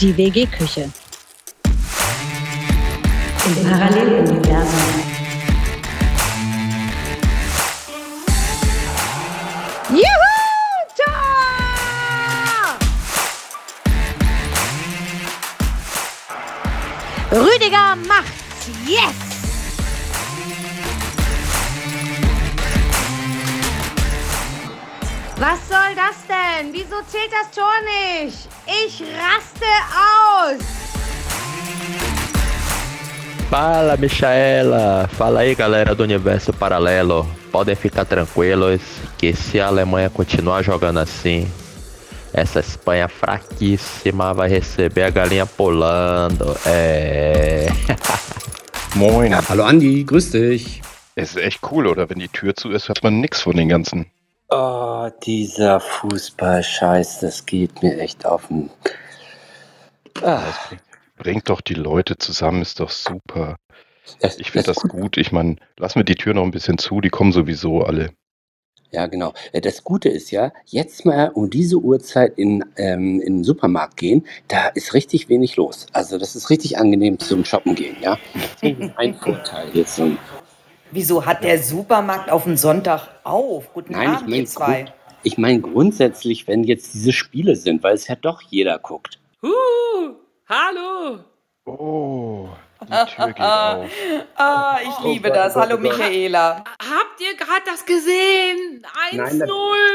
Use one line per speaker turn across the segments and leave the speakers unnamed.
Die WG-Küche. Im Paralleluniversum.
Juhu! Tor! Rüdiger macht's! Yes! Was soll das denn? Wieso zählt das Tor nicht? Ich raste aus!
Fala, Michaela! Fala aí, galera do Universo Paralelo. Podem ficar tranquilos que se a Alemanha continuar jogando assim, essa Espanha fraquíssima vai receber a galinha polando. É.
Moin.
Ja, hallo Andi, grüß dich.
Es ist echt cool, oder? Wenn die Tür zu ist, hört man nichts von den ganzen.
Oh, dieser Fußballscheiß, das geht mir echt auf den. Ah,
Bringt doch die Leute zusammen, ist doch super.
das-
Ich finde das gut. Ich meine, lass mir die Tür noch ein bisschen zu, die kommen sowieso alle.
Ja, genau. Äh, Das Gute ist ja, jetzt mal um diese Uhrzeit in, ähm, in den Supermarkt gehen, da ist richtig wenig los. Also, das ist richtig angenehm zum Shoppen gehen, ja. Ein Vorteil jetzt. Und
Wieso hat der Supermarkt auf den Sonntag auf? Guten
Nein, ich
Abend,
mein,
ihr zwei.
ich meine, grundsätzlich, wenn jetzt diese Spiele sind, weil es ja doch jeder guckt.
Huh, hallo.
Oh, die Tür geht auf.
Ah, ich
Oh
liebe das. Hallo, Michaela.
Habt ihr gerade das gesehen? 1-0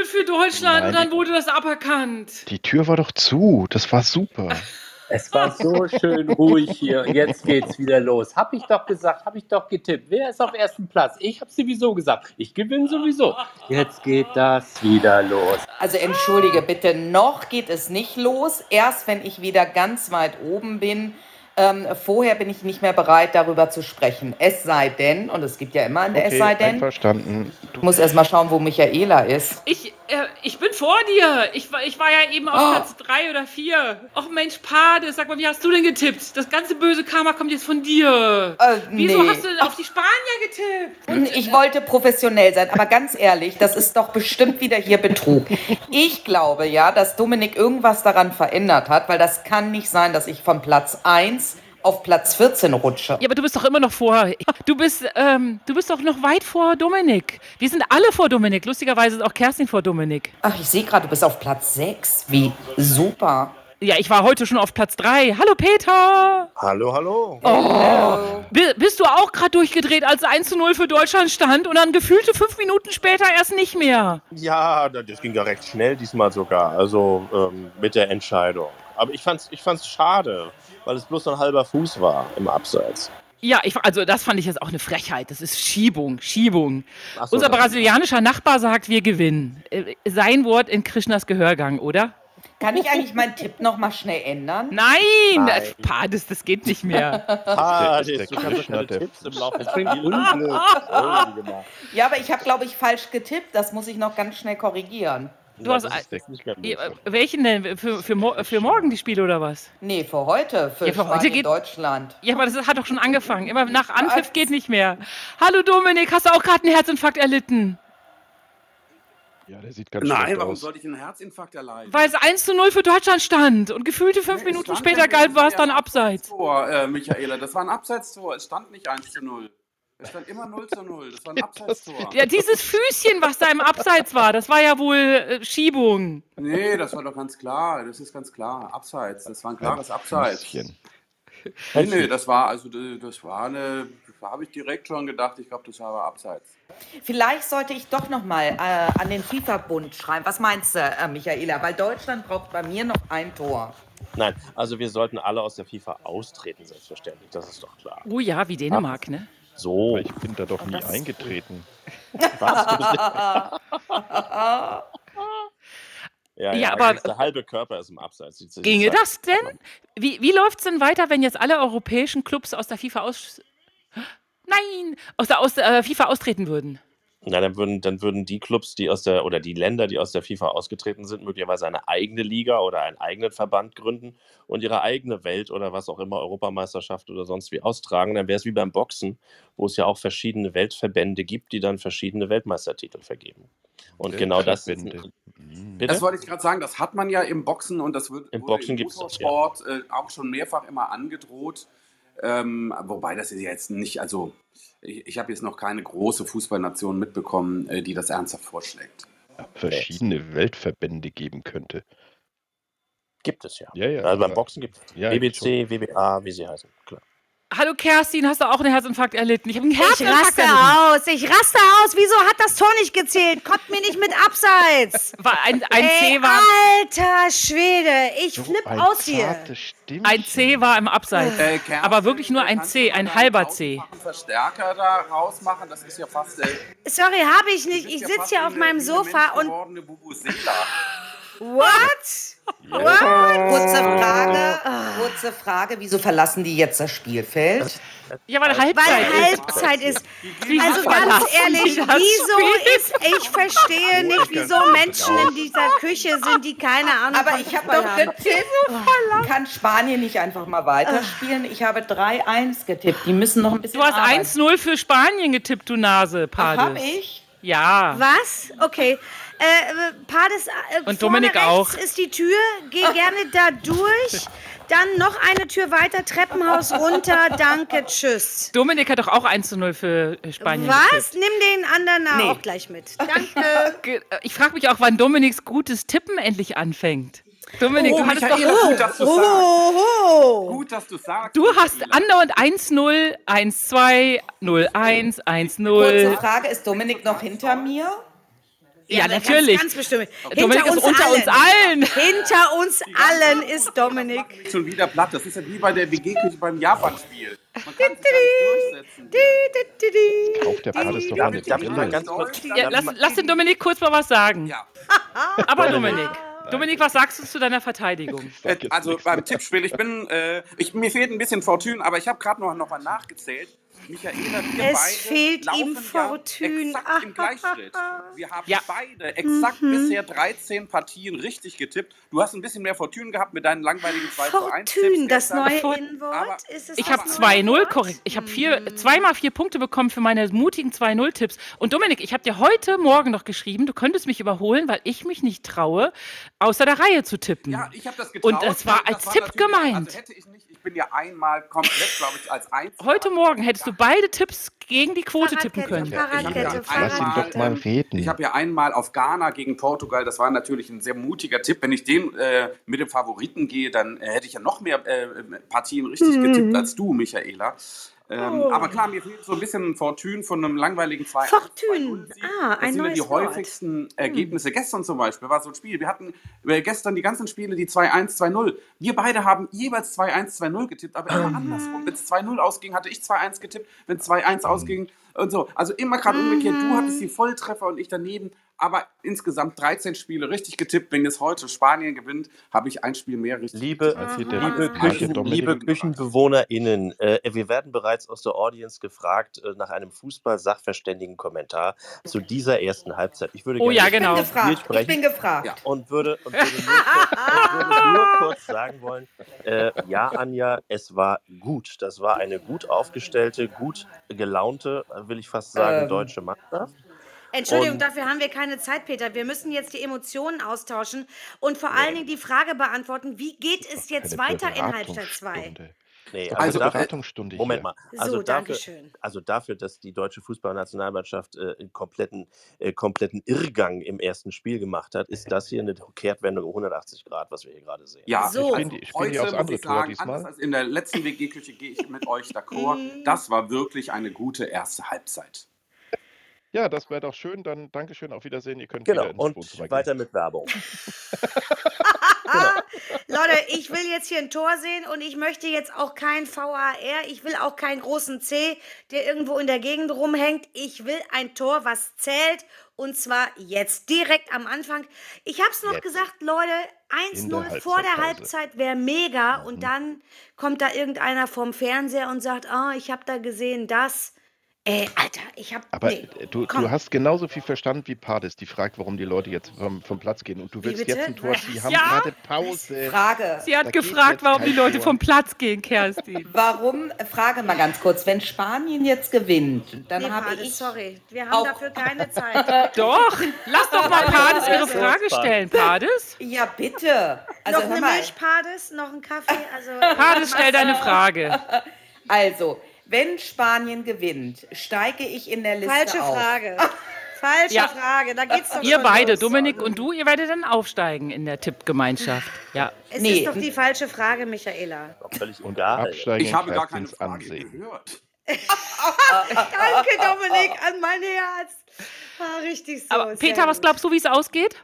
für Deutschland
Nein,
und dann
die-
wurde das aberkannt.
Die Tür war doch zu, das war super.
Es war so schön ruhig hier. Jetzt geht's wieder los. Hab ich doch gesagt, hab ich doch getippt. Wer ist auf ersten Platz? Ich hab's sowieso gesagt. Ich gewinne sowieso. Jetzt geht das wieder los.
Also entschuldige bitte, noch geht es nicht los. Erst wenn ich wieder ganz weit oben bin. Ähm, vorher bin ich nicht mehr bereit, darüber zu sprechen. Es sei denn, und es gibt ja immer ein Es sei denn,
einverstanden. Du,
ich muss erst mal schauen, wo Michaela ist.
Ich, äh, ich bin vor dir. Ich, war- ich war ja eben auf
Oh.
Platz 3 oder 4. Och Mensch, Pade, sag mal, wie hast du denn getippt? Das ganze böse Karma kommt jetzt von dir.
Äh,
Wieso
nee.
hast du denn auf die Spanier getippt?
Hm, Ich wollte professionell sein, aber ganz ehrlich, das ist doch bestimmt wieder hier Betrug. Ich glaube ja, dass Dominik irgendwas daran verändert hat, weil das kann nicht sein, dass ich von Platz 1 auf Platz 14 rutsche.
Ja, aber du bist doch immer noch vor. Du bist, ähm, du bist doch noch weit vor Dominik. Wir sind alle vor Dominik. Lustigerweise ist auch Kerstin vor Dominik.
Ach, ich sehe gerade, du bist auf Platz 6. Wie super.
Ja, ich war heute schon auf Platz 3. Hallo Peter! Oh,
Hallo, hallo.
Bi- bist du auch gerade durchgedreht, als 1 zu 0 für Deutschland stand und dann gefühlte fünf Minuten später erst nicht mehr?
Ja, da- das ging ja recht schnell diesmal sogar, also ähm, mit der Entscheidung. Aber ich fand's, ich fand's schade, weil es bloß so ein halber Fuß war im Abseits.
Ja, ich, also das fand ich jetzt auch eine Frechheit. Das ist Schiebung, Schiebung.
Ach so,
Unser
das-
brasilianischer Nachbar sagt, wir gewinnen. Äh, Sein Wort in Krishnas Gehörgang, oder?
Kann ich eigentlich meinen Tipp nochmal schnell ändern?
Nein!
Nein.
Äh, Pades, das geht nicht mehr.
Ah,
Das ist der-
du
das
kannst
ist
doch keine
der
Tipps im Laufe des
bringt
Spiels.
Unglück.
Oh, gemacht.
Ja, aber ich habe, glaube ich, falsch getippt. Das muss ich noch ganz schnell korrigieren.
Du hast
das
ein-
ist echt nicht ganz
Äh,
lustig.
Welchen denn? Für, für, mo- für morgen die Spiele oder was?
Nee, für heute. Für,
Ja, für heute
Spanien,
geht-
Deutschland.
Ja, aber das hat doch schon angefangen. Immer nach Anpfiff geht nicht mehr. Hallo Dominik, hast du auch gerade einen Herzinfarkt erlitten?
ja, der sieht ganz
Nein,
schlecht
warum
aus.
sollte ich einen Herzinfarkt erleiden?
Weil es 1 zu 0 für Deutschland stand und gefühlte fünf
Nee, es
Minuten
stand
später
ja-
galt, war es
ja
dann abseits.
Tor, äh, Michaela, das war ein Abseitstor. Es stand nicht 1 zu 0. Es stand immer 0 zu 0. Das war ein Abseitstor.
Ja, dieses Füßchen, was da im Abseits war, das war ja wohl äh, Schiebung.
Nee, das war doch ganz klar. Das ist ganz klar. Abseits. Das war ein klares Abseits.
Bisschen.
Nee, nee, das war, also, d- das war eine, da habe ich direkt schon gedacht, ich glaube, das war aber Abseits.
Vielleicht sollte ich doch noch mal äh, an den FIFA-Bund schreiben. Was meinst du, äh, Michaela? Weil Deutschland braucht bei mir noch ein Tor.
Nein, also wir sollten alle aus der FIFA austreten, selbstverständlich, das ist doch klar.
Oh ja, wie Dänemark, ne?
So,
Ich bin da doch nie
Das-
eingetreten.
ja, ja,
Ja,
aber
aber-
der halbe Körper ist im Abseits. Die- die-
Ginge
die-
das denn? Wie, wie läuft es denn weiter, wenn jetzt alle europäischen Clubs aus der FIFA aus... Nein! Aus der, aus der äh, FIFA austreten würden.
Na, dann würden, dann würden die Clubs, die aus der oder die Länder, die aus der FIFA ausgetreten sind, möglicherweise eine eigene Liga oder einen eigenen Verband gründen und ihre eigene Welt oder was auch immer, Europameisterschaft oder sonst wie austragen. Dann wäre es wie beim Boxen, wo es ja auch verschiedene Weltverbände gibt, die dann verschiedene Weltmeistertitel vergeben. Und genau das ist,
Weltverbände. Mm.
Das
Bitte?
wollte ich gerade sagen, das hat man ja im Boxen und das wird
Im
wurde
Boxen gibt's das, ja.
Motorsport äh, auch schon mehrfach immer angedroht. Ähm, wobei das ist ja jetzt nicht, also ich, ich habe jetzt noch keine große Fußballnation mitbekommen, äh, die das ernsthaft vorschlägt.
verschiedene Weltverbände geben könnte.
Gibt es ja.
Ja, ja.
Also beim
klar.
Boxen gibt es
Ja,
WBC, WBA, wie sie heißen. Klar.
Hallo Kerstin, hast du auch einen Herzinfarkt erlitten? Ich habe einen
Ich
Herzinfarkt
raste
erlitten.
aus, ich raste aus. Wieso hat das Tor nicht gezählt? Kommt mir nicht mit Abseits.
War ein, ein
Ey, ah,
C war
Alter Schwede, ich
So
flipp
ein
aus hier.
zartes Stimmchen.
ein C war im Abseits.
Äh, Kerstin,
Aber wirklich nur ein
kannst
C,
du
ein
dann
halber
auch
C.
einen Verstärker da rausmachen, das ist ja fast der.
Sorry, habe ich nicht.
das
Ich
ist ja
sitze
fast
hier auf
eine
meinem Sofa und.
menschgewordene Vuvuzela.
What?
Kurze Frage, kurze Frage, wieso verlassen die jetzt das Spielfeld?
Ja, weil
Weil
Halbzeit ist.
Halbzeit ist.
Wieso
Also
verlassen
ganz ehrlich,
die das Spiel?
wieso ist. Ich verstehe nicht, wieso Menschen in dieser Küche sind, die keine Ahnung
Aber
von
ich habe
Fußball
doch
haben.
getippt. Kann Spanien nicht einfach mal weiterspielen? Ich habe 3-1 getippt. Die müssen noch ein bisschen
Du hast
arbeiten.
1-0 für Spanien getippt, du Nase, Pades.
Hab ich?
Ja.
Was? Okay. Äh, Pades äh,
Und
vorne
Dominik
rechts
auch.
ist die Tür. Geh
Oh.
gerne da durch. Dann noch eine Tür weiter, Treppenhaus runter. Danke, tschüss.
Dominik hat doch auch 1-0 für äh, Spanien
Was?
getippt.
Nimm den anderen
Nee.
auch gleich mit. Danke.
Ge- äh, Ich frage mich auch, wann Dominiks gutes Tippen endlich anfängt. Dominik,
Oh,
du, hattest doch,
Michaela, gut, dass du sagst.
Oho.
Gut, dass du sagst.
du hast
Michaela.
andauernd 1-0, 1-2, 0-1, 1-0.
Kurze Frage, ist Dominik noch hinter mir?
Ja, natürlich.
Ganz, ganz bestimmt.
Dominik
Hinter uns
ist unter
allen.
uns allen.
Hinter uns allen ist Dominik.
schon wieder platt. Das ist ja wie bei der WG-Küche beim Japan-Spiel. Man kann sich gar nicht durchsetzen.
Auf der Palace doch eine
darf ich mal
Brille.
ganz kurz-
Ja, lass, lass den Dominik kurz mal was sagen.
Ja.
Aber Dominik, Dominik, was sagst du zu deiner Verteidigung?
Äh, Also beim Tippspiel, ich bin, äh, ich, mir fehlt ein bisschen Fortune, aber ich habe gerade noch, noch mal nachgezählt. Michaela, wir
Es
beide
fehlt
laufen
ihm
ja
Fortune.
Exakt im Gleichschritt. Wir haben
Ja.
beide exakt
Mhm.
bisher 13 Partien richtig getippt. Du hast ein bisschen mehr Fortune gehabt mit deinen langweiligen 2 zu 1
Fortune, das neue
Fort-
Aber Hm.
Innenwort. Ist es
Ich
das
habe
neue
2-0
Wort?
korrekt. Ich habe vier, zweimal vier Punkte bekommen für meine mutigen 2-0-Tipps. Und Dominik, ich habe dir heute Morgen noch geschrieben, du könntest mich überholen, weil ich mich nicht traue, außer der Reihe zu tippen.
Ja, ich habe das getraut.
Und es war als Tipp
natürlich-
gemeint.
Also hätte ich nicht, ich bin ja einmal komplett, glaube ich, als Einzel.
heute Morgen hättest du beide Tipps gegen die Quote tippen
Fahrradkette,
können.
Fahrradkette,
Lass ihn doch mal
ähm,
Fahrradkette.
reden.
Ich habe ja einmal auf Ghana gegen Portugal, das war natürlich ein sehr mutiger Tipp. Wenn ich dem äh, mit dem Favoriten gehe, dann äh, hätte ich ja noch mehr äh, Partien richtig
Mhm.
getippt als du, Michaela. Ähm,
Oh.
Aber klar, mir fehlt so ein bisschen Fortune von einem langweiligen 2
Fortune. Ah, ein
das sind ja die
neues Wort. Hm.
häufigsten Ergebnisse. Gestern zum Beispiel war so ein Spiel. Wir hatten äh, gestern die ganzen Spiele, die 2-1, 2-0. Wir beide haben jeweils 2-1, 2-0 getippt, aber
Oh
immer andersrum. Wenn es 2-0 ausging, hatte ich 2-1 getippt. Wenn es
Oh
2-1 ausging und so. Also immer gerade umgekehrt. Du hattest die
Mhm.
Volltreffer und ich daneben. Aber insgesamt 13 Spiele richtig getippt. Wenn jetzt heute Spanien gewinnt, habe ich ein Spiel mehr richtig
Liebe,
Erzählt der
liebe,
Küche
Küchen,
Dominik.
liebe KüchenbewohnerInnen, äh, wir werden bereits aus der Audience gefragt äh, nach einem Fußball-Sachverständigen-Kommentar zu dieser ersten Halbzeit. Ich würde
Oh
gerne
ja,
mit
genau.
Spiel
Ich bin gefragt. Ich bin
sprechen.
gefragt.
Ja.
und würde, und würde, nur, kurz, und würde nur kurz sagen wollen, äh, ja, Anja, es war gut. Das war eine gut aufgestellte, gut gelaunte, äh, will ich fast sagen,
Ähm.
deutsche Mannschaft.
Entschuldigung,
Und-
dafür haben wir keine Zeit, Peter. Wir müssen jetzt die Emotionen austauschen und vor allen Dingen die Frage beantworten, wie geht es jetzt weiter in Halbzeit 2?
2.
Nee,
Also
dafür-
Beratungsstunde hier.
Moment mal. Also
So,
dafür,
Dankeschön.
also dafür, dass die deutsche Fußballnationalmannschaft äh, einen kompletten, äh, kompletten Irrgang im ersten Spiel gemacht hat, ist das hier eine Kehrtwendung um 180 Grad, was wir hier gerade sehen.
Ja,
So. Ich
also
bin- ich bin
heute
hier aufs
muss
andere
ich
Tor
sagen,
diesmal.
anders als in der letzten WG-Küche gehe ich mit euch d'accord. Das war wirklich eine gute erste Halbzeit.
Ja, das wäre doch schön. Dann Dankeschön, auf Wiedersehen. Ihr könnt
Genau,
wieder ins
und
Wohnzimmer gehen.
weiter mit Werbung.
Genau.
Ah, Leute, ich will jetzt hier ein Tor sehen und ich möchte jetzt auch kein VAR, ich will auch keinen großen C, der irgendwo in der Gegend rumhängt. Ich will ein Tor, was zählt und zwar jetzt direkt am Anfang. Ich habe es noch
Jetzt.
gesagt, Leute,
In der
1-0 vor der
Halbzeitpause. Mhm.
Halbzeit wäre mega und dann kommt da irgendeiner vom Fernseher und sagt, ah, ich habe da gesehen das. Ey, Alter, ich hab.
Aber
nee.
äh, du,
Komm.
du hast genauso viel Verstand wie Pades, die fragt, warum die Leute jetzt vom, vom Platz gehen. Und du willst
bitte?
jetzt ein Tor, die haben
Ja?
gerade Pause.
Frage.
Sie
Da
hat
geht
gefragt,
jetzt
warum
kein
die Leute
Tor.
vom Platz gehen, Kerstin.
Warum, frage mal ganz kurz, wenn Spanien jetzt gewinnt, dann
Nee,
habe
Pade,
ich.
sorry. Wir haben
auch-
dafür keine Zeit.
Doch, lass doch mal Pades ihre Frage stellen, Pades.
Ja, bitte. Also,
noch
hör
eine
mal.
Milch, Pades, noch ein Kaffee. Also,
Pades, stell deine Frage.
Also, wenn Spanien gewinnt, steige ich in der Liste
Falsche
auf.
Frage. Falsche
Ja. Äh,
Frage. Da geht's doch
Ihr
schon
beide,
los.
Dominik und du, ihr werdet dann aufsteigen in der Tippgemeinschaft. Ja.
Es
Nee.
ist doch die falsche Frage, Michaela.
Doch völlig
Und
egal.
absteigen
Ich habe gar
bleibt
keine
ins
Frage
Ansehen.
gehört.
Danke, Dominik, an mein Herz. Ah, richtig so.
Aber
sehr
Peter, was
gut.
glaubst du, wie es ausgeht?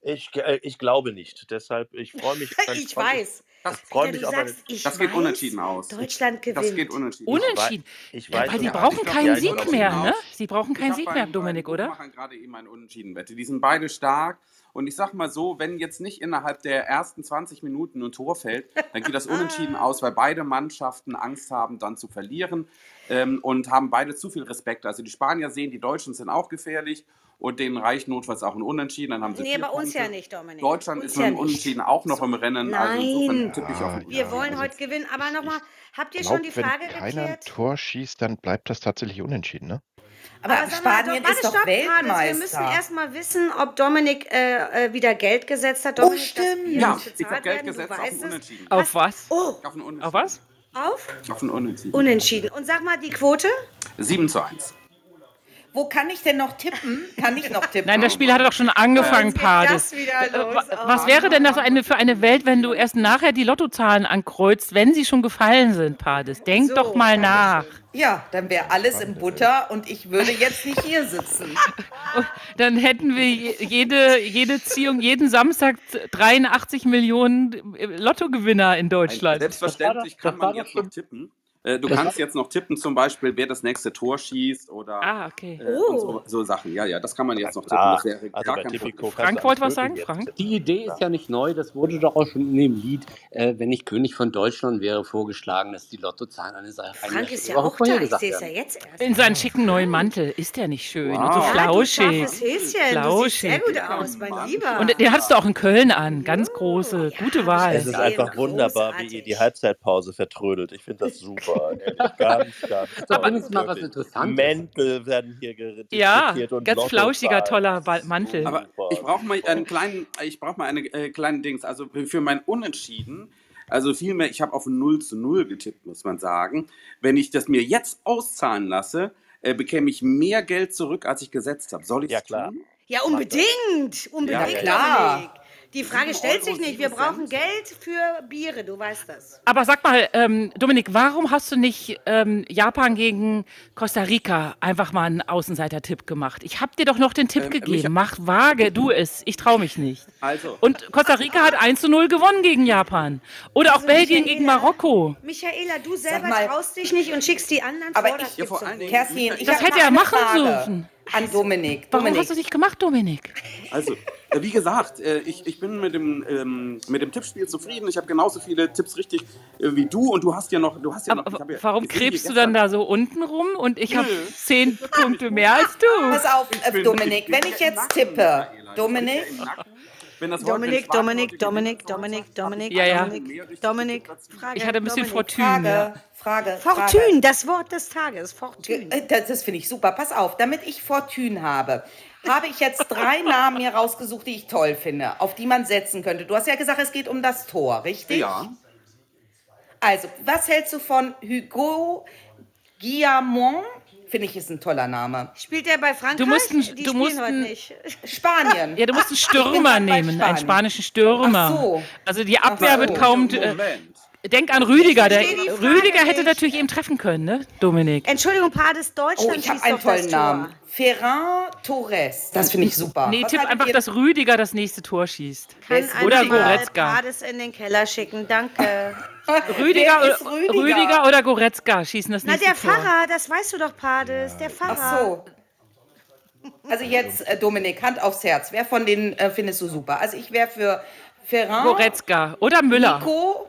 Ich, äh, ich glaube nicht. Deshalb, ich freue mich.
Ich weiß.
Das,
Freu
Ja,
mich
du
auf
sagst,
eine-
ich
das geht
weiß,
unentschieden aus.
Deutschland gewinnt.
Das geht unentschieden. aus.
Unentschieden.
Ich
Ja,
weiß
weil die
nicht.
brauchen
Ich glaub,
keinen
die
Sieg
Eintracht-
mehr,
auch.
ne? Sie brauchen
Ich
keinen
hab
Sieg
beim-
mehr,
beim
Dominik,
Buch
oder?
machen gerade eben eine Unentschieden-Wette. Die sind beide stark. Und ich sag mal so, wenn jetzt nicht innerhalb der ersten 20 Minuten ein Tor fällt, dann geht das
Ah.
Unentschieden aus, weil beide Mannschaften Angst haben, dann zu verlieren ähm, und haben beide zu viel Respekt. Also die Spanier sehen, die Deutschen sind auch gefährlich und denen reicht notfalls auch ein Unentschieden. Dann haben sie
Nee,
vier
bei uns
Punkte.
ja nicht, Dominik.
Deutschland
Uns
ist mit
ja
dem
nicht.
Unentschieden auch noch im Rennen. Also
Nein.
insofern tippe ich auf
Ah,
den
Wir
Ja,
wollen
also
heute gewinnen, aber
ich-
nochmal, habt ihr schon
Glaubt,
die
wenn
Frage
keiner ein
geklärt?
Tor schießt, dann bleibt das tatsächlich unentschieden, ne?
Aber,
sag mal,
Spanien
warte,
ist doch
stopp, Hannes,
Weltmeister.
Wir müssen erstmal wissen, ob Dominik äh, äh, wieder Geld gesetzt hat. Dominik, das
Oh, stimmt.
Bier
Ja,
muss
ich
bezahlt
habe Geld
werden, du
gesetzt auf
weißt
ein
es.
Unentschieden.
Auf was?
Oh,
Auf ein Unentschieden.
Auf was?
auf?
Auf ein Unentschieden.
Unentschieden. Und sag mal die Quote?
7 zu 1.
Wo kann ich denn noch tippen? Kann ich noch tippen?
Nein, das Spiel hatte doch schon angefangen,
geht
Pades.
das wieder
Äh,
los.
wa-
Oh,
Was wäre denn das für eine, für eine Welt, wenn du erst nachher die Lottozahlen ankreuzt, wenn sie schon gefallen sind, Pades? Denk
So.
doch mal nach.
Ja, dann wäre alles in Butter und ich würde jetzt nicht hier sitzen.
Dann hätten wir je- jede, jede Ziehung, jeden Samstag 83 Millionen äh, Lottogewinner in Deutschland.
Selbstverständlich
Das war doch-
kann man
das war doch
jetzt
schon-
noch tippen. Äh, du kannst jetzt noch tippen, zum Beispiel, wer das nächste Tor schießt oder
Ah, okay.
äh,
Oh.
und so, so Sachen. Ja, ja, das kann man jetzt noch tippen.
Klar,
Das wäre
also
gar
bei
kein
Tipico
Problem.
kannst du
Frank wollte was
alles
sagen,
Mögliche
Frank?
tippen.
Die Idee ist ja nicht neu, das wurde doch auch schon in dem Lied, äh, wenn ich König von Deutschland wäre, vorgeschlagen, dass die Lottozahlen eine Sache
Frank ist ja auch da. Ich sehe es ja jetzt erst.
In seinen schicken neuen Mantel. Ist der nicht schön? Und so
Wow.
Ja, du
flauschig.
scharfes Häschen. Du siehst
Flauschig.
sehr gut aus, mein Lieber.
Und den hattest du auch in Köln an. Ganz große, gute Wahl.
Es ist
Sehr
einfach wunderbar, wie
großartig.
ihr die Halbzeitpause vertrödelt. Ich finde das super. ehrlich. ganz, ganz toll.
Aber wenigstens mal was
Wirklich.
Interessantes.
Mäntel werden hier gerichtet.
Ja,
und
ganz
Lottozahlen.
flauschiger, toller Ba- Mantel.
Super.
Aber ich brauche mal einen kleinen, ich brauche mal eine äh, kleinen Dings. Also für mein Unentschieden, also vielmehr, ich habe auf ein 0 zu 0 getippt, muss man sagen. Wenn ich das mir jetzt auszahlen lasse, äh, bekäme ich mehr Geld zurück, als ich gesetzt habe. Soll ich
Ja, klar.
Tun?
Ja, unbedingt. Unbedingt,
Ja,
klar.
Dominik. Die Frage stellt sich nicht. Wir
7,07
brauchen
Cent.
Geld für Biere, du weißt das.
Aber sag mal, ähm, Dominik, warum hast du nicht ähm, Japan gegen Costa Rica einfach mal einen Außenseiter-Tipp gemacht? Ich hab dir doch noch den Tipp gegeben. Mach vage, du es. Ich trau mich nicht.
Also.
Und Costa Rica hat 1 zu 0 gewonnen gegen Japan. Oder auch
Also,
Belgien
Michaela-
gegen Marokko.
Michaela, du selber
mal-
traust dich nicht und schickst die anderen
Aber
vor.
ich-
das
Ja,
vor
gibt's doch
allen
nicht.
Dingen-
Kerstin, ich
Das
hab
hätte
noch
er
eine
machen
Frage
dürfen.
An Dominik.
Warum
Dominik,
hast du es nicht gemacht, Dominik?
Also, äh, wie gesagt, äh, ich, ich bin mit dem, ähm, mit dem Tippspiel zufrieden. Ich habe genauso viele Tipps richtig äh, wie du und du hast ja noch. Du hast ja noch ich
Aber
hab ja,
warum
ich bin hier
krebst du
gestern-
dann da so unten rum und ich habe
Nö.
10 Punkte mehr als du?
pass auf, äh,
bin-
Dominik,
bin
wenn
ja
ich
im
jetzt
Nacken,
tippe,
Michaela. Ich bin ja
Dominik,
im Nacken. Wenn das heute- wenn
Dominik,
Schwarz heute
Dominik,
gewinnt,
Dominik,
dann
Dominik,
hab ich
Dominik,
Ja, ja.
Dominik, Dominik. Frage,
Ich hatte ein bisschen
Dominik.
Fortune. Ja.
Frage, Frage, Frage.
Fortune, das Wort des Tages. Fortune.
Äh, Das, das finde ich super. Pass auf, damit ich Fortune habe, habe ich jetzt drei Namen mir rausgesucht, die ich toll finde, auf die man setzen könnte. Du hast ja gesagt, es geht um das Tor, richtig?
Ja,
Also, was hältst du von Hugo Guillamon? Finde ich ist ein toller Name.
Äh, Spielt er bei Frankreich?
Du musst einen-
die
du
spielen
musst
heute
einen-
nicht.
Spanien.
Ja, du musst
bin
einen Stürmer
grad bei
nehmen, einen
Spanien.
spanischen Stürmer.
Ach so.
Also die Abwehr
so.
wird kaum. Äh,
Oh. Moment.
denk an Rüdiger. Der,
Ich verstehe die Frage
Rüdiger hätte
nicht.
natürlich eben treffen können, ne, Dominik?
Entschuldigung, Pades,
Oh,
Deutschland
ich habe
schießt
einen
doch das
tollen
Tor.
Namen. Ferran Torres. Das finde ich super.
Nee,
Was
tipp
haltet
einfach,
ihr-
dass Rüdiger das nächste Tor schießt.
Kann
Oder
einer mal
Goretzka.
Pades in den Keller schicken, danke.
Rüdiger,
Wer ist
oder- Rüdiger oder Goretzka schießen das
Na,
nächste
der
Tor.
Pfarrer, das weißt du doch, Pades, der
Ach
Pfarrer.
so. Also jetzt, äh, Dominik, Hand aufs Herz. Wer von denen äh, findest du super? Also ich wäre für Ferran,
Goretzka oder Müller.
Nico,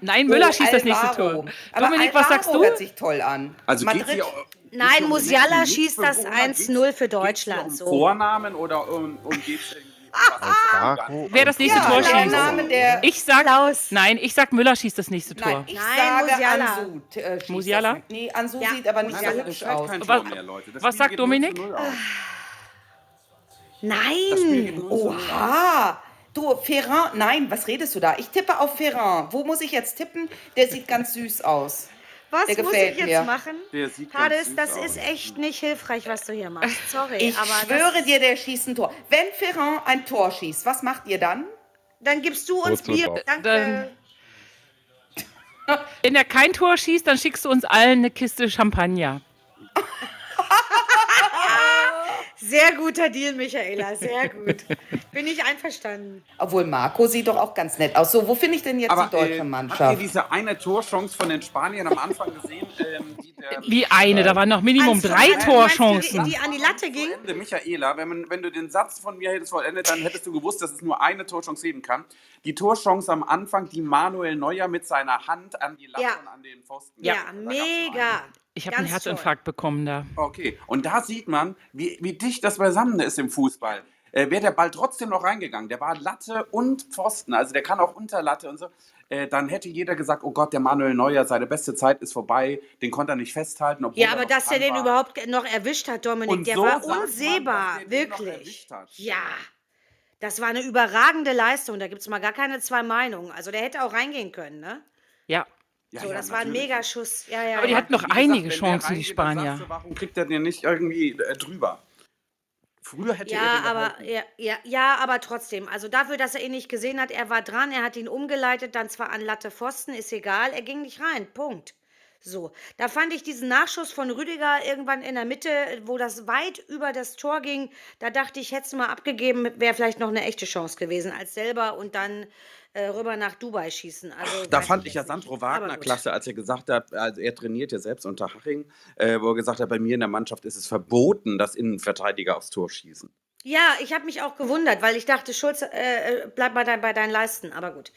Nein, Müller schießt das nächste
Alvaro.
Tor.
Aber
Dominik, was sagst
Alvaro
du?
hört sich toll an.
Also geht
Madrid,
sie auch- geht's
Nein,
um
Musiala
Lippen,
schießt
Lippen,
das
worum geht's?
1-0 für
Geht's hier um
Deutschland. So.
Vornamen oder um, um geht's irgendwie
Ah,
um
Ah!
was?
Wer das nächste
ja,
Tor
der
schießt?
Name der.
Ich sag,
Klaus.
nein, ich sag, Müller schießt das nächste Tor.
nein, ich
Nein,
sage
Musiala.
Ansu. t- Äh, schießt
Musiala?
das- Nee, Ansu
Ja,
sieht aber nicht
Nein,
so
das
hübsch
fällt
aus.
kein
Was-
Tor mehr, Leute. Das
was
Spiel
sagt
geht 0 zu
Dominik?
0 aus. Das Spiel geht
Nein. Oh,
0 zu 0 aus.
Oha! Du, Ferrand, nein, was redest du da? Ich tippe auf Ferrand. Wo muss ich jetzt tippen? Der sieht ganz süß aus.
Was
Der
muss
gefällt
ich jetzt
mir.
machen?
Der sieht ganz
Hades,
süß
das
aus.
ist echt nicht hilfreich, was du hier machst. Sorry,
Ich
aber das,
schwöre dir, der schießt ein Tor. Wenn Ferrand ein Tor schießt, was macht ihr dann?
dann gibst du uns
Wurzel
Bier.
drauf.
Danke.
Wenn er kein Tor schießt, dann schickst du uns allen eine Kiste Champagner.
Sehr guter Deal, Michaela, sehr gut. Bin ich einverstanden.
Obwohl Marco sieht doch auch ganz nett aus. So, wo finde ich denn jetzt
Aber
die deutsche
äh, habt ihr
Mannschaft?
diese eine Torchance von den Spaniern am Anfang gesehen? ähm, die der-
Wie eine,
Äh,
da waren noch Minimum
Also,
drei
meinst du, Die,
Torchancen.
die an die Latte ging.
Zu Ende, Michaela, wenn, man, wenn du den Satz von mir hättest vollendet, dann hättest du gewusst, dass es nur eine Torchance geben kann. Die Torchance am Anfang, die Manuel Neuer mit seiner Hand an die Latte
Ja.
und an den Pfosten.
Ja,
Da gab's nur eine.
mega.
Ich habe einen
Ganz toll.
Herzinfarkt bekommen da.
Okay, und da sieht man, wie, wie dicht das beisammen ist im Fußball. Äh, Wäre der Ball trotzdem noch reingegangen, der war Latte und Pfosten, also der kann auch unter Latte und so, äh, dann hätte jeder gesagt, oh Gott, der Manuel Neuer, seine beste Zeit ist vorbei, den konnte er nicht festhalten. Obwohl
Ja,
er
aber
noch
dass er
dran
den
war.
überhaupt noch erwischt hat, Dominik,
Und
der
so
war
sagt man, dass
unsehbar,
er den noch
wirklich.
erwischt hat.
Ja, das war eine überragende Leistung, da gibt es mal gar keine zwei Meinungen. Also der hätte auch reingehen können, ne?
Ja.
Ja,
So,
ja,
das war ein
natürlich.
Megaschuss. Ja, ja,
Aber die
ja.
hatten noch
Wie gesagt,
einige
wenn der
Chancen, die
reingeht, dann
Spanier.
sagst du, Warum kriegt er den nicht irgendwie äh, drüber? Früher hätte er
Ja,
den
aber
gehalten.
ja, ja, ja, aber trotzdem. Also dafür, dass er ihn nicht gesehen hat, er war dran, er hat ihn umgeleitet, dann zwar an Latte Pfosten, ist egal, er ging nicht rein. Punkt. So, da fand ich diesen Nachschuss von Rüdiger irgendwann in der Mitte, wo das weit über das Tor ging. Da dachte ich, hätte es mal abgegeben, wäre vielleicht noch eine echte Chance gewesen als selber und dann äh, rüber nach Dubai schießen. Also,
Da
weiß
fand ich ja
jetzt
Sandro
nicht. Aber
Wagner
gut.
klasse, als er gesagt hat, also er trainiert ja selbst unter Haching, äh, wo er gesagt hat, bei mir in der Mannschaft ist es verboten, dass Innenverteidiger aufs Tor schießen.
Ja, ich habe mich auch gewundert, weil ich dachte, Schulz, äh, äh, bleib bei, dein, bei deinen Leisten. Aber gut.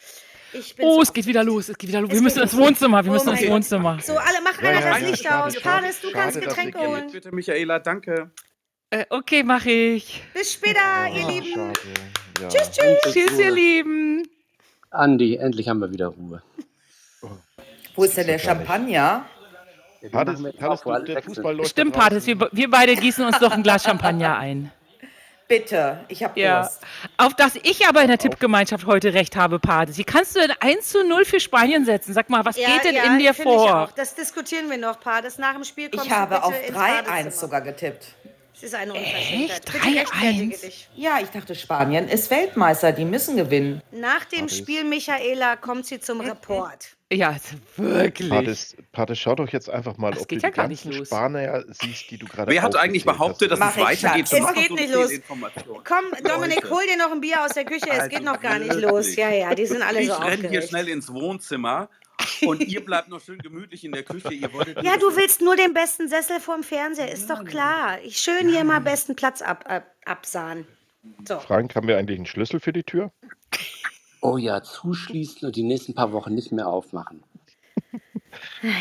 Ich bin
Oh,
zu
es geht wieder los, es geht wieder los.
Es
Wir müssen
geht
ins
los.
Wohnzimmer, wir
Oh
müssen ins
mein
Wohnzimmer.
So, alle, mach
Ja,
einer
ja,
das
ja,
Licht
schade,
aus.
schade.
Carles, du
Schade,
kannst
dass
Getränke
ihr geht.
holen.
Bitte, Michaela, danke.
Äh, okay, mache ich.
Bis später, ihr Lieben.
Schade. Ja. Tschüss, tschüss.
Tschüss, ihr Lieben.
Andi, endlich haben wir wieder Ruhe.
Wo ist denn der
Das ist doch gar nicht.
Ja,
Champagner?
die
Hades,
machen wir jetzt
Hades,
auf, wo alle
der
weg
Fußball
sind.
läuft
Stimmt,
da draußen.
Pates, wir, wir beide gießen uns noch ein Glas Champagner ein.
Bitte, ich habe
Ja.
Durst.
Auf das ich aber in der Tippgemeinschaft heute recht habe, Pates. Wie kannst du denn 1 zu 0 für Spanien setzen? Sag mal, was
Ja,
geht denn
ja,
in dir
find ich
vor?
auch. Das diskutieren wir noch, Paris. Nach dem Spiel kommst
Ich habe
du bitte
auf
ins
3-1
Badezimmer.
sogar getippt.
Das ist eine Unverschämtheit.
Echt?
Bitte rechtfertige
3-1?
dich.
Ja, ich dachte, Spanien ist Weltmeister, die müssen gewinnen.
Nach dem Spiel, Michaela, kommt sie zum Report.
Ja, wirklich.
Pades, Pades, schau doch jetzt einfach mal,
Das
ob du
geht
die
ja gar nicht
ganzen
los.
Spanier siehst, die du gerade
Wer hat eigentlich
aufgezählt
behauptet, dass
hast.
es
Mach ich,
weitergeht?
Schatz.
Wir
Es
machen
geht
so
nicht
viel
los.
Information.
Komm, Dominik,
Leute.
hol dir noch ein Bier aus der Küche. Es geht
Also
noch gar nicht
wirklich.
los. Ja, ja, die sind alle
Ich
so
renne hier
aufgeregt.
schnell ins Wohnzimmer und ihr bleibt noch schön gemütlich in der Küche. Ihr wolltet
Ja, du willst nur den besten Sessel vorm Fernseher, ist doch klar. Ich schön hier mal besten Platz ab, ab, absahen. So.
Frank, haben wir eigentlich einen Schlüssel für die Tür?
Oh ja, zuschließen und die nächsten paar Wochen nicht mehr aufmachen.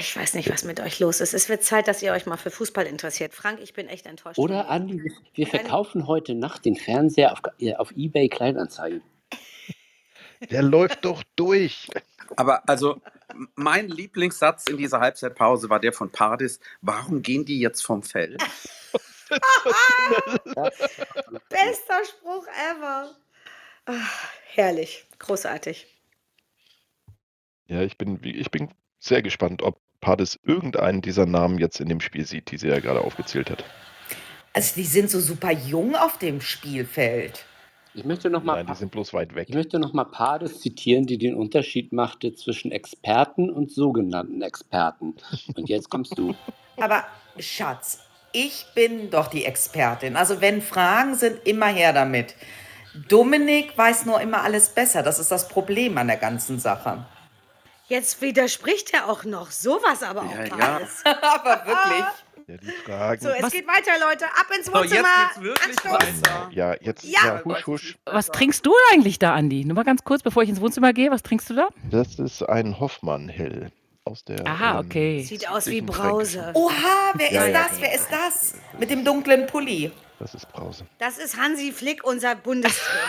Ich weiß nicht, was mit euch los ist. Es wird Zeit, dass ihr euch mal für Fußball interessiert. Frank, ich bin echt enttäuscht.
Oder Andi, wir- wir verkaufen heute Nacht den Fernseher auf, äh, auf eBay Kleinanzeigen.
Der läuft doch durch.
Aber also, m- mein Lieblingssatz in dieser Halbzeitpause war der von Pardis. Warum gehen die jetzt vom Feld?
Bester Spruch ever. Ach, herrlich, großartig.
Ja, ich bin, wie- ich bin sehr gespannt, ob Pades irgendeinen dieser Namen jetzt in dem Spiel sieht, die sie ja gerade aufgezählt hat.
Also die sind so super jung auf dem Spielfeld.
Ich möchte nochmal
Nein, die sind bloß weit weg.
Ich möchte nochmal Paris zitieren, die den Unterschied machte zwischen Experten und sogenannten Experten. Und jetzt kommst du.
Aber Schatz, ich bin doch die Expertin. Also wenn Fragen sind, immer her damit. Dominik weiß nur immer alles besser. Das ist das Problem an der ganzen Sache.
Jetzt widerspricht er auch noch sowas, aber auch
Ja, ja.
alles.
Aber wirklich.
Ja, die Fragen.
So, es
Was-
geht weiter, Leute. Ab ins
So, Oh, jetzt
Wohnzimmer.
geht's wirklich
Anstoß.
weiter.
ja, jetzt,
Ja.
ja, husch, husch.
Was trinkst du eigentlich da, Andi? Nur mal ganz kurz, bevor ich ins Wohnzimmer gehe, was trinkst du da?
Das ist ein Hoffmann-Hell aus der.
Aha,
ähm,
Ah, okay.
Sieht aus wie
südlichen
Brause.
Fränkischen.
Oha, wer
Ja,
ist
ja,
das?
genau.
Wer ist das? Mit dem dunklen Pulli.
Das ist Brause.
Das ist Hansi Flick, unser Bundestrainer.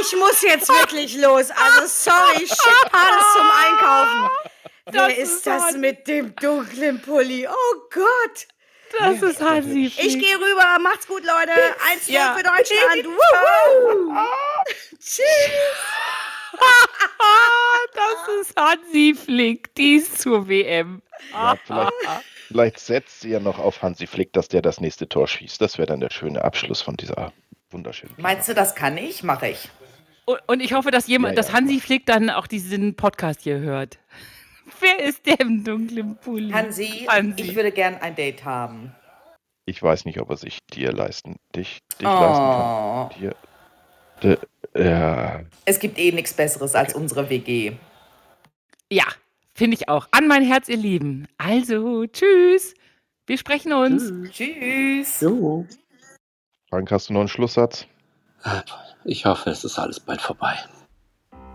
Ich muss jetzt wirklich los. Also sorry, schick Pades zum Einkaufen. Wer
Das
ist,
ist
das
Hansi.
mit dem dunklen Pulli? Oh Gott.
Das ist halt Hansi.
Ich gehe rüber. Macht's gut, Leute. Eins
Ja.
für Deutschland. Wuhu.
Das ist Hansi Flick, die ist zur WM.
Ja, vielleicht, vielleicht setzt sie ja noch auf Hansi Flick, dass der das nächste Tor schießt. Das wäre dann der schöne Abschluss von dieser wunderschönen.
Meinst du, das kann ich? Mache ich.
Und, und ich hoffe, dass jemand,
Ja, ja.
dass Hansi Flick dann auch diesen Podcast hier hört. Wer ist der im dunklen Pulli?
Hansi,
Hansi.
ich würde gern ein Date haben.
Ich weiß nicht, ob er sich dir leisten, dich, dich leisten
Oh,
kann. Dir, de, ja,
es gibt eh nichts Besseres als unsere WG.
Ja, finde ich auch. An mein Herz, ihr Lieben. Also, tschüss. Wir sprechen uns.
Tschüss.
So.
Frank, hast du noch einen Schlusssatz?
Ich hoffe, es ist alles bald vorbei.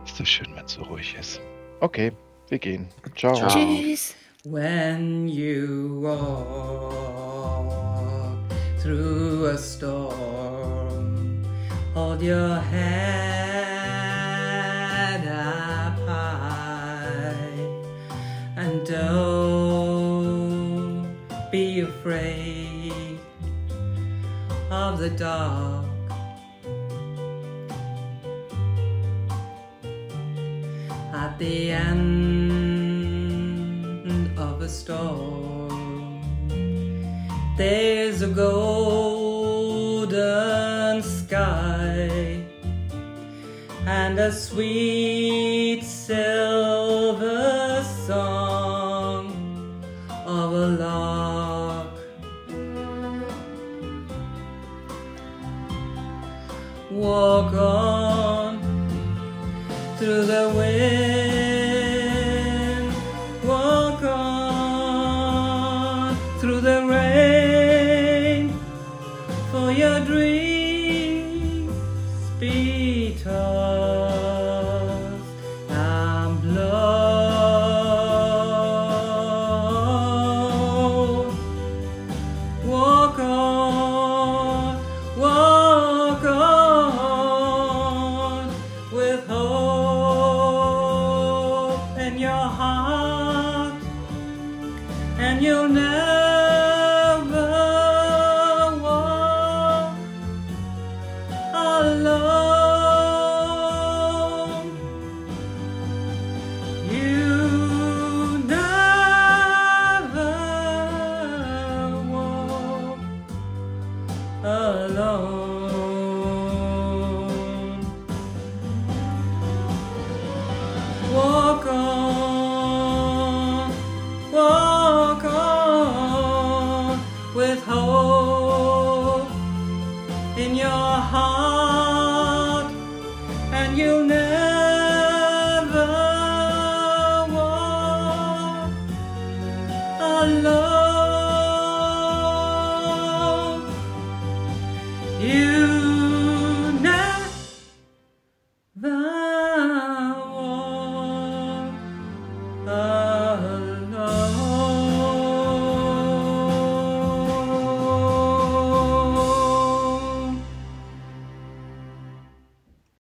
Ist das schön, wenn es so ruhig ist. Okay, wir gehen. Ciao.
Ciao.
Tschüss.
When you walk through a storm, hold your head up high and don't be afraid of the dark. At the end of a storm, there's a golden sky and a sweet silver song of a lark. Walk on through the wind. Walk on through the rain for your dreams be tossed and blown. Oh Walk on, walk oh on with hope in your heart, and you'll never walk alone. You never walk alone. Walk on, walk on with hope in your heart and you'll never walk alone.